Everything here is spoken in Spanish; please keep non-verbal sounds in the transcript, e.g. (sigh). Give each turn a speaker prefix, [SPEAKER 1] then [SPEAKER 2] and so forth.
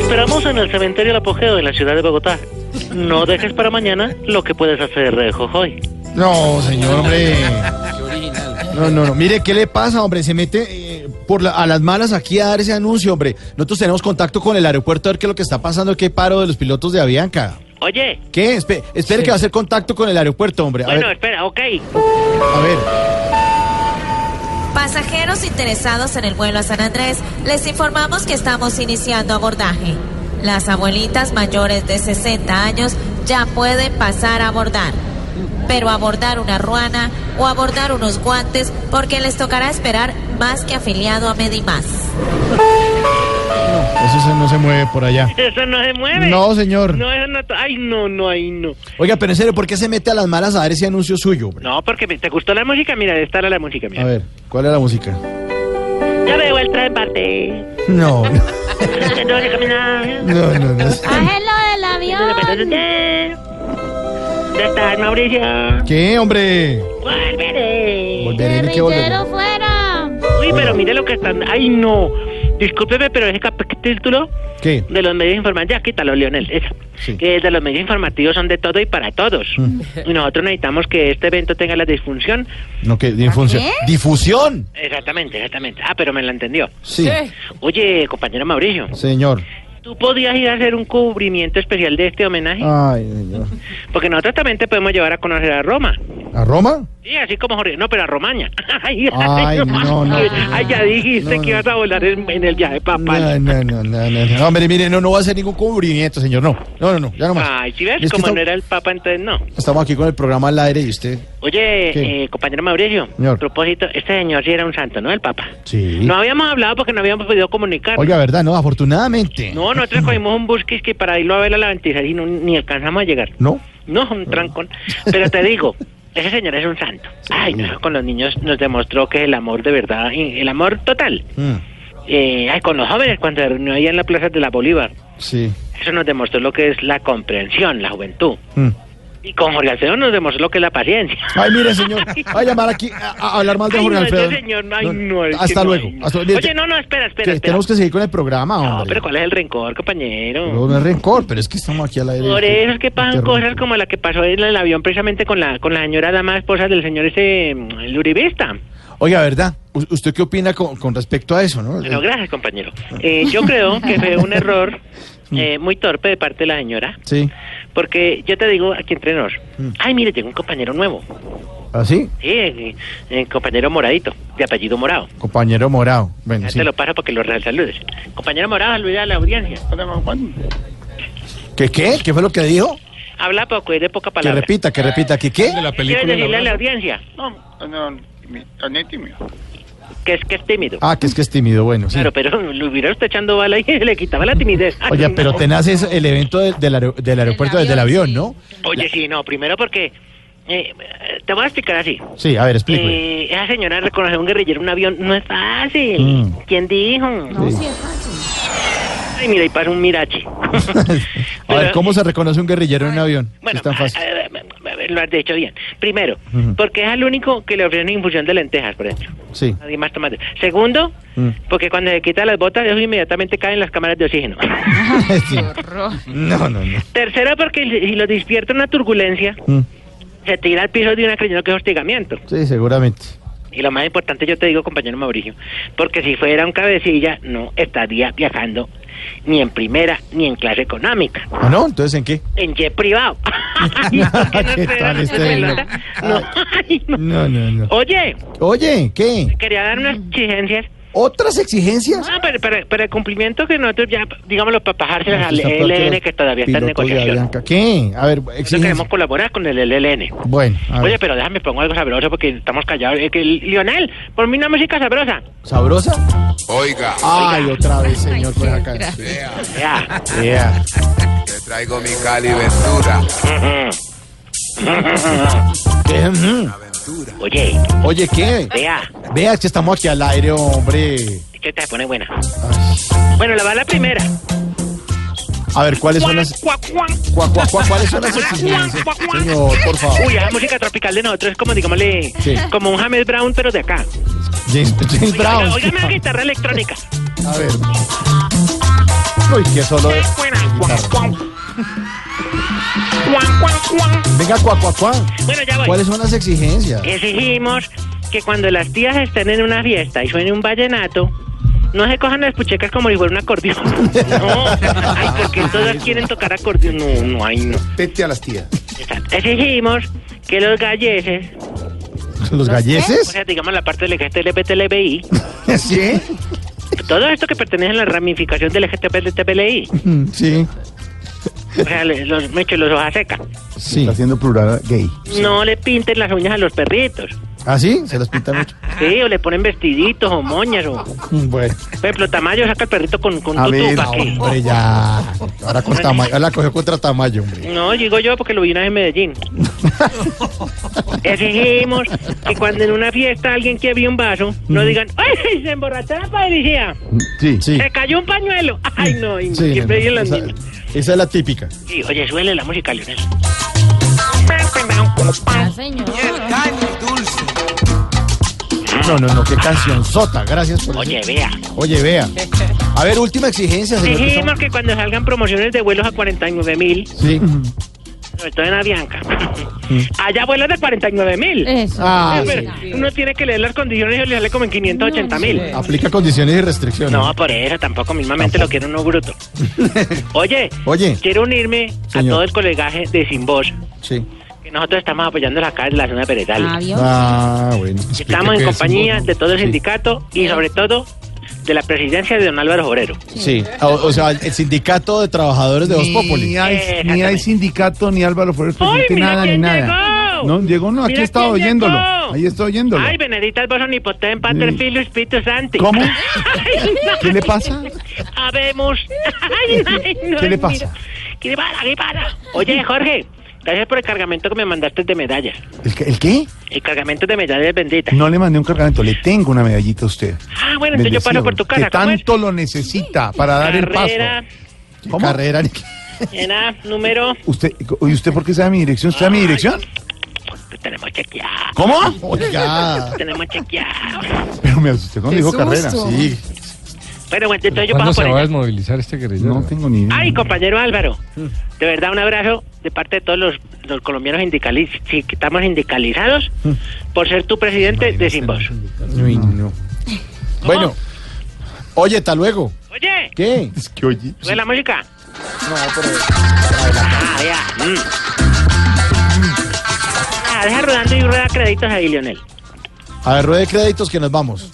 [SPEAKER 1] esperamos en el cementerio El Apogeo de la ciudad de Bogotá. No dejes para mañana lo que puedes hacer, eh, Jojoy.
[SPEAKER 2] No, señor, hombre. No, no, no. Mire, ¿qué le pasa, hombre? Se mete eh, por la- a las malas aquí a dar ese anuncio, hombre. Nosotros tenemos contacto con el aeropuerto a ver qué es lo que está pasando, qué paro de los pilotos de Avianca.
[SPEAKER 1] Oye,
[SPEAKER 2] ¿Qué? Espe- espere que va a hacer contacto con el aeropuerto, hombre. A
[SPEAKER 1] bueno,
[SPEAKER 2] ver,
[SPEAKER 1] espera, ok. (laughs)
[SPEAKER 2] a ver.
[SPEAKER 3] Pasajeros interesados en el vuelo a San Andrés, les informamos que estamos iniciando abordaje. Las abuelitas mayores de 60 años ya pueden pasar a abordar. Pero abordar una ruana o abordar unos guantes porque les tocará esperar más que afiliado a Medimás.
[SPEAKER 2] Eso se- no se mueve por allá.
[SPEAKER 1] Eso no se mueve.
[SPEAKER 2] No, señor.
[SPEAKER 1] No, eso no. Ay, no, no, ay, no.
[SPEAKER 2] Oiga, pero en serio, ¿por qué se mete a las malas a dar ese anuncio suyo, hombre?
[SPEAKER 1] No, porque me- te gustó la música, mira, esta era la música,
[SPEAKER 2] A
[SPEAKER 1] mira.
[SPEAKER 2] ver, ¿cuál es la música?
[SPEAKER 1] Ya veo el tren
[SPEAKER 2] (laughs)
[SPEAKER 1] parte.
[SPEAKER 2] No, no,
[SPEAKER 1] Tengo que caminar.
[SPEAKER 2] no, no. no.
[SPEAKER 4] Bájenlo del avión.
[SPEAKER 1] ¿Dónde estás, Mauricio?
[SPEAKER 2] ¿Qué, hombre?
[SPEAKER 1] Volveré.
[SPEAKER 2] Volveré, ¿de qué volveré?
[SPEAKER 4] Guerrillero fuera.
[SPEAKER 1] Uy, pero mire lo que están. Ay, no. Discúlpeme, pero ese capítulo
[SPEAKER 2] ¿Qué?
[SPEAKER 1] de los medios informativos, ya quítalo, Lionel. Esa.
[SPEAKER 2] Sí. Mm.
[SPEAKER 1] Que de los medios informativos son de todo y para todos. Y nosotros necesitamos que este evento tenga la disfunción.
[SPEAKER 2] No, que difusión.
[SPEAKER 4] ¿Qué?
[SPEAKER 2] ¿Difusión?
[SPEAKER 1] Exactamente, exactamente. Ah, pero me la entendió.
[SPEAKER 2] Sí.
[SPEAKER 1] Oye, compañero Mauricio,
[SPEAKER 2] Señor.
[SPEAKER 1] tú podías ir a hacer un cubrimiento especial de este homenaje,
[SPEAKER 2] Ay, señor.
[SPEAKER 1] porque nosotros también te podemos llevar a conocer a Roma.
[SPEAKER 2] ¿A Roma?
[SPEAKER 1] Sí, así como Jorge. No, pero a Romaña. (laughs) Ay,
[SPEAKER 2] Ay, no, no.
[SPEAKER 1] Ay, ya dijiste
[SPEAKER 2] No,
[SPEAKER 1] que
[SPEAKER 2] no.
[SPEAKER 1] ibas a volar en, en el viaje
[SPEAKER 2] No,
[SPEAKER 1] papal.
[SPEAKER 2] no, no, no, no, no. Hombre, mire, no, no va a hacer ningún cubrimiento, señor. No, no, no, no ya no más. Este
[SPEAKER 1] Ay, si ves,
[SPEAKER 2] Es que
[SPEAKER 1] como
[SPEAKER 2] estamos-
[SPEAKER 1] no era el papa, entonces no.
[SPEAKER 2] Estamos aquí con el programa al aire y usted. ¿Qué?
[SPEAKER 1] Oye, eh, compañero Mauricio,
[SPEAKER 2] Señor.
[SPEAKER 1] a propósito, este señor sí era un santo, ¿no? El papa.
[SPEAKER 2] Sí.
[SPEAKER 1] No habíamos hablado porque no habíamos podido comunicar.
[SPEAKER 2] Oiga, ¿verdad? No, afortunadamente.
[SPEAKER 1] No,
[SPEAKER 2] (laughs)
[SPEAKER 1] nosotros cogimos un bus que es que para irlo a ver a la 26 y no, ni alcanzamos a llegar.
[SPEAKER 2] ¿No?
[SPEAKER 1] No,
[SPEAKER 2] Ah.
[SPEAKER 1] un trancón. Pero te
[SPEAKER 2] (laughs)
[SPEAKER 1] digo, ese señor es un santo. Ay, no, con los niños nos demostró que el amor de verdad, y el amor total.
[SPEAKER 2] Mm,
[SPEAKER 1] Eh, ay, con los jóvenes cuando se reunió allá en la Plaza de la Bolívar.
[SPEAKER 2] sí.
[SPEAKER 1] Eso nos demostró lo que es la comprensión, la juventud.
[SPEAKER 2] Mm.
[SPEAKER 1] Y con Jorge Alfredo nos demostró lo que es la paciencia.
[SPEAKER 2] Ay, mire, señor. Va a llamar aquí a, a hablar mal de
[SPEAKER 1] Ay,
[SPEAKER 2] Jorge
[SPEAKER 1] no,
[SPEAKER 2] Alfredo.
[SPEAKER 1] ese señor, ay, no, es que
[SPEAKER 2] hasta
[SPEAKER 1] no,
[SPEAKER 2] luego.
[SPEAKER 1] ay, no.
[SPEAKER 2] hasta- mire,
[SPEAKER 1] Oye, no, no, espera,
[SPEAKER 2] que-
[SPEAKER 1] espera, espera.
[SPEAKER 2] Tenemos que seguir con el programa, hombre.
[SPEAKER 1] No, pero ¿cuál es el rencor, compañero?
[SPEAKER 2] No, eh, no es rencor, pero es que estamos aquí al aire.
[SPEAKER 1] Por eso es que pasan
[SPEAKER 2] Interrumpe.
[SPEAKER 1] cosas como la que pasó en el avión precisamente con la con la señora dama esposa del señor ese mm, el uribista.
[SPEAKER 2] Oiga, ¿verdad? U- ¿Usted qué opina con, con respecto a eso, no?
[SPEAKER 1] Bueno, gracias, compañero. Eh, yo creo que fue un
[SPEAKER 2] (laughs)
[SPEAKER 1] error eh, muy torpe de parte de la señora,
[SPEAKER 2] Sí.
[SPEAKER 1] porque yo te digo aquí entre nos.
[SPEAKER 2] Mm.
[SPEAKER 1] Ay, mire, tengo un compañero nuevo.
[SPEAKER 2] ¿Así?
[SPEAKER 1] Sí, eh, eh, compañero moradito, de apellido morado.
[SPEAKER 2] Compañero Morado.
[SPEAKER 1] Ya
[SPEAKER 2] Bueno, sí.
[SPEAKER 1] te lo paso para que lo saludes. Compañero morado, saluda a la audiencia.
[SPEAKER 2] ¿Qué qué? ¿Qué fue lo que dijo?
[SPEAKER 1] Habla poco, es de poca
[SPEAKER 2] Que
[SPEAKER 1] palabra.
[SPEAKER 2] repita, que repita, que qué.
[SPEAKER 5] de la
[SPEAKER 1] ¿Qué quieres
[SPEAKER 5] película.
[SPEAKER 1] decirle a la audiencia?
[SPEAKER 5] No, no, mi- anétimo.
[SPEAKER 1] Que es que es tímido.
[SPEAKER 2] Ah, que es que es tímido, bueno, sí.
[SPEAKER 1] Claro, pero (laughs) lo hubiera usted echando bala y (laughs) le quitaba la timidez. Ay,
[SPEAKER 2] (laughs) Oye,
[SPEAKER 1] no.
[SPEAKER 2] pero tenaz es el evento del, del aer- del aeropuerto
[SPEAKER 3] Del
[SPEAKER 2] desde el
[SPEAKER 3] avión,
[SPEAKER 2] avión, ¿no?
[SPEAKER 1] Oye, sí, no, primero porque... eh, te voy a explicar así.
[SPEAKER 2] Sí, pues. a ver, explíqueme.
[SPEAKER 1] Eh, esa señora reconocer a un guerrillero en un avión no es fácil.
[SPEAKER 2] Mm.
[SPEAKER 1] ¿Quién dijo?
[SPEAKER 2] Sí. (laughs)
[SPEAKER 1] Ay, mira, y pasa un mirachi.
[SPEAKER 2] a ver,
[SPEAKER 1] Pero- eh,
[SPEAKER 2] ¿cómo se reconoce un guerrillero en un avión?
[SPEAKER 1] Bueno, eh,
[SPEAKER 2] es tan fácil.
[SPEAKER 1] a ver, a ver, lo has dicho bien. Primero,
[SPEAKER 2] Ujú.
[SPEAKER 1] porque es el único que le ofrecen infusión de lentejas, por ejemplo.
[SPEAKER 2] Sí.
[SPEAKER 1] Nadie más tomate. Segundo,
[SPEAKER 2] Mm.
[SPEAKER 1] porque cuando se quita las botas, eso inmediatamente caen las cámaras de oxígeno.
[SPEAKER 2] (laughs) Sí. No, no, no.
[SPEAKER 1] Tercero, porque si lo despierta una turbulencia,
[SPEAKER 2] Mm.
[SPEAKER 1] se tira al piso de una creyendo que es hostigamiento.
[SPEAKER 2] Sí, seguramente.
[SPEAKER 1] Y lo más importante, yo te digo, compañero Mauricio, porque si fuera un cabecilla, no estaría viajando ni en primera ni en clase económica.
[SPEAKER 2] ¿Ah, no? Entonces, ¿en qué?
[SPEAKER 1] En jet privado. (laughs)
[SPEAKER 2] (laughs) ¿Qué tal este
[SPEAKER 1] pelota?
[SPEAKER 2] niño?
[SPEAKER 1] No, ay, no.
[SPEAKER 2] No, no, no.
[SPEAKER 1] Oye,
[SPEAKER 2] Oye, ¿qué?
[SPEAKER 1] quería dar unas exigencias.
[SPEAKER 2] ¿Otras exigencias?
[SPEAKER 1] Ah, para, para- para el cumplimiento que nosotros ya, digamos, los papajárselas al
[SPEAKER 2] Este Está
[SPEAKER 1] ELN
[SPEAKER 2] planteado
[SPEAKER 1] que todavía está en
[SPEAKER 2] piloto de
[SPEAKER 1] negociación.
[SPEAKER 2] Avianca. ¿Qué? A ver,
[SPEAKER 1] Nosotros
[SPEAKER 2] exigencias.
[SPEAKER 1] queremos colaborar con el ELN.
[SPEAKER 2] Bueno, a
[SPEAKER 1] Oye,
[SPEAKER 2] ver.
[SPEAKER 1] pero déjame pongo algo sabroso porque estamos callados. Eh, que- Lionel, por mí una música sabrosa.
[SPEAKER 2] ¿Sabrosa?
[SPEAKER 6] Oiga,
[SPEAKER 2] Ay, otra vez, señor, con la canción.
[SPEAKER 6] vea,
[SPEAKER 1] Ya.
[SPEAKER 2] (laughs) Yeah.
[SPEAKER 6] te traigo mi Cali Ventura.
[SPEAKER 2] ¿Qué? Mm.
[SPEAKER 6] Aventura.
[SPEAKER 1] Oye,
[SPEAKER 2] Oye, ¿qué?
[SPEAKER 1] vea,
[SPEAKER 2] Vea, es que estamos aquí al aire, hombre.
[SPEAKER 1] es que te pone buena.
[SPEAKER 2] Ay.
[SPEAKER 1] Bueno, la va la primera.
[SPEAKER 2] A ver, ¿cuáles son las...
[SPEAKER 1] Cuac, cuac, cuac.
[SPEAKER 2] cua- cua- cua- ¿Cuáles son las exigencias? Señor, por favor.
[SPEAKER 1] Uy, la música tropical de nosotros es como, digámosle,
[SPEAKER 2] Sí.
[SPEAKER 1] como un James Brown, pero de acá.
[SPEAKER 2] James, James
[SPEAKER 1] Oiga,
[SPEAKER 2] Brown.
[SPEAKER 1] oiga, oiga, una guitarra electrónica.
[SPEAKER 2] A ver. Uy, qué solo de guitarra. Venga, cuá, cuá, cuá.
[SPEAKER 1] Bueno, ya voy.
[SPEAKER 2] ¿Cuáles son las exigencias?
[SPEAKER 1] Exigimos que cuando las tías estén en una fiesta y suene un vallenato, no se cojan las puchecas como si fuera un acordeón. (laughs) No, ay, porque todas quieren tocar acordeón. No, no, ay, no.
[SPEAKER 7] Pete a las tías.
[SPEAKER 1] Exacto. Exigimos que los galleses,
[SPEAKER 2] ¿Los
[SPEAKER 1] o
[SPEAKER 2] galleses?
[SPEAKER 1] sea, digamos la parte del LGTBI,
[SPEAKER 2] (laughs) ¿Sí?
[SPEAKER 1] todo esto que pertenece a la ramificación del LGTBI,
[SPEAKER 2] Sí,
[SPEAKER 1] o sea, le- los mechos, los hojas secas,
[SPEAKER 2] sí.
[SPEAKER 7] Está haciendo plural gay.
[SPEAKER 1] no le pinten las uñas a los perritos,
[SPEAKER 2] ¿Ah, sí? Se las pinta mucho.
[SPEAKER 7] Ah.
[SPEAKER 1] sí, o le ponen vestiditos o moñas, o, por
[SPEAKER 2] Mm, (laughs) Bueno.
[SPEAKER 1] ejemplo, Tamayo saca el perrito con, con
[SPEAKER 7] A ver,
[SPEAKER 1] tutú, ¿pa' qué?
[SPEAKER 2] Hombre, ya. Ahora con Tamayo. Ahora la cogió contra Tamayo, hombre.
[SPEAKER 1] No, digo yo porque lo vi una vez en Medellín. Exigimos que cuando en una fiesta alguien que había un vaso, no digan, ¡ay, se emborrachó la policía!
[SPEAKER 7] Sí.
[SPEAKER 2] Sí.
[SPEAKER 1] ¡Se cayó un pañuelo! ¡Ay, no! y
[SPEAKER 2] Sí,
[SPEAKER 1] siempre dicen los
[SPEAKER 2] esa,
[SPEAKER 1] niños.
[SPEAKER 2] esa es la típica.
[SPEAKER 1] Sí, oye, suele la música, Lionel.
[SPEAKER 4] Ah, señor.
[SPEAKER 2] No, no, no, qué canción sota. Gracias por
[SPEAKER 1] Oye,
[SPEAKER 2] eso.
[SPEAKER 1] vea.
[SPEAKER 2] Oye, vea. A ver, última exigencia, señor. que son-
[SPEAKER 1] Exigimos que cuando salgan promociones de vuelos a 49 mil,
[SPEAKER 2] Sí.
[SPEAKER 1] sobre todo en Avianca, haya vuelos de 49 mil.
[SPEAKER 4] Eso.
[SPEAKER 2] Mm. Ah,
[SPEAKER 1] Pero
[SPEAKER 2] sí.
[SPEAKER 1] uno tiene que leer las condiciones y le sale como en 580 mil.
[SPEAKER 2] Aplica condiciones y restricciones.
[SPEAKER 1] No, por eso tampoco mismamente lo quiero uno bruto. Oye,
[SPEAKER 2] Oye.
[SPEAKER 1] quiero unirme a
[SPEAKER 2] Señor.
[SPEAKER 1] todo el colegaje de Sin Voz,
[SPEAKER 2] (laughs) Sí.
[SPEAKER 1] que nosotros estamos apoyando acá en la zona Perezal.
[SPEAKER 4] Avión.
[SPEAKER 2] Ah, bueno. explica
[SPEAKER 1] estamos
[SPEAKER 2] qué
[SPEAKER 1] en
[SPEAKER 2] es un
[SPEAKER 1] compañía
[SPEAKER 2] voto.
[SPEAKER 1] de todo el
[SPEAKER 2] Sí.
[SPEAKER 1] sindicato y sobre todo de la presidencia de don Álvaro Obrero.
[SPEAKER 2] Sí, o, o sea, el sindicato de trabajadores de Voz Populi.
[SPEAKER 7] Ni hay, ni hay sindicato, ni Álvaro Flores
[SPEAKER 1] ¡Ay,
[SPEAKER 7] presente,
[SPEAKER 1] mira
[SPEAKER 7] nada, ni
[SPEAKER 1] quién
[SPEAKER 7] nada.
[SPEAKER 1] llegó!
[SPEAKER 7] No, Diego no, aquí
[SPEAKER 1] Mira
[SPEAKER 7] estaba
[SPEAKER 1] quién
[SPEAKER 7] oyéndolo.
[SPEAKER 1] llegó.
[SPEAKER 7] Ahí está oyéndolo.
[SPEAKER 1] Ay, Benedita vos omnipotente, Pater,
[SPEAKER 7] Sí.
[SPEAKER 1] Filio, Espíritu Santi.
[SPEAKER 7] Mm. ¿Cómo?
[SPEAKER 1] Ay,
[SPEAKER 7] ¿Qué le pasa?
[SPEAKER 1] Habemos. Ay, ay, no,
[SPEAKER 7] ¿Qué le
[SPEAKER 1] ay,
[SPEAKER 7] pasa?
[SPEAKER 1] mira. ¿Qué para? ¿Qué para? Oye, Jorge, gracias por el cargamento que me mandaste de medallas.
[SPEAKER 7] ¿El, qué- el qué?
[SPEAKER 1] El cargamento de medallas benditas.
[SPEAKER 7] No le mandé un cargamento, le tengo una medallita a usted.
[SPEAKER 1] Ah, bueno,
[SPEAKER 7] Del
[SPEAKER 1] entonces yo paso
[SPEAKER 7] deseo,
[SPEAKER 1] por tu casa.
[SPEAKER 7] Que
[SPEAKER 1] ¿Cómo es?
[SPEAKER 7] tanto lo necesita para dar el
[SPEAKER 1] Carrera,
[SPEAKER 7] paso.
[SPEAKER 2] ¿Qué
[SPEAKER 7] ¿Cómo?
[SPEAKER 2] Carrera. ni-
[SPEAKER 1] llena, número.
[SPEAKER 7] ¿Usted, ¿Y usted por qué sabe mi dirección? ¿Usted sabe mi dirección?
[SPEAKER 1] Pues Tenemos chequeado.
[SPEAKER 7] ¿Cómo?
[SPEAKER 2] (laughs) Oiga.
[SPEAKER 1] Tenemos chequeado.
[SPEAKER 7] Pero me asusté cuando dijo carrera.
[SPEAKER 2] Sí.
[SPEAKER 1] Bueno, bueno, entonces yo
[SPEAKER 8] ¿Cuándo
[SPEAKER 1] paso
[SPEAKER 8] se
[SPEAKER 1] por
[SPEAKER 8] va a
[SPEAKER 1] allá.
[SPEAKER 8] desmovilizar este guerrillero?
[SPEAKER 7] No tengo ni idea.
[SPEAKER 1] Ay, compañero Álvaro,
[SPEAKER 8] Mm.
[SPEAKER 1] de verdad un abrazo de parte de todos los, los colombianos sindicali- si- que estamos sindicalizados
[SPEAKER 8] Mm.
[SPEAKER 1] por ser tu presidente de Sin Voz.
[SPEAKER 2] Uy, no. Bueno. Oye, hasta luego.
[SPEAKER 1] Oye,
[SPEAKER 2] ¿Qué?
[SPEAKER 7] Es que oye.
[SPEAKER 1] ¿sube la música? No, pero... Ah, ya. mm. Ah, deja rodando y rueda créditos ahí, Lionel.
[SPEAKER 2] A ver, rueda de créditos que nos vamos.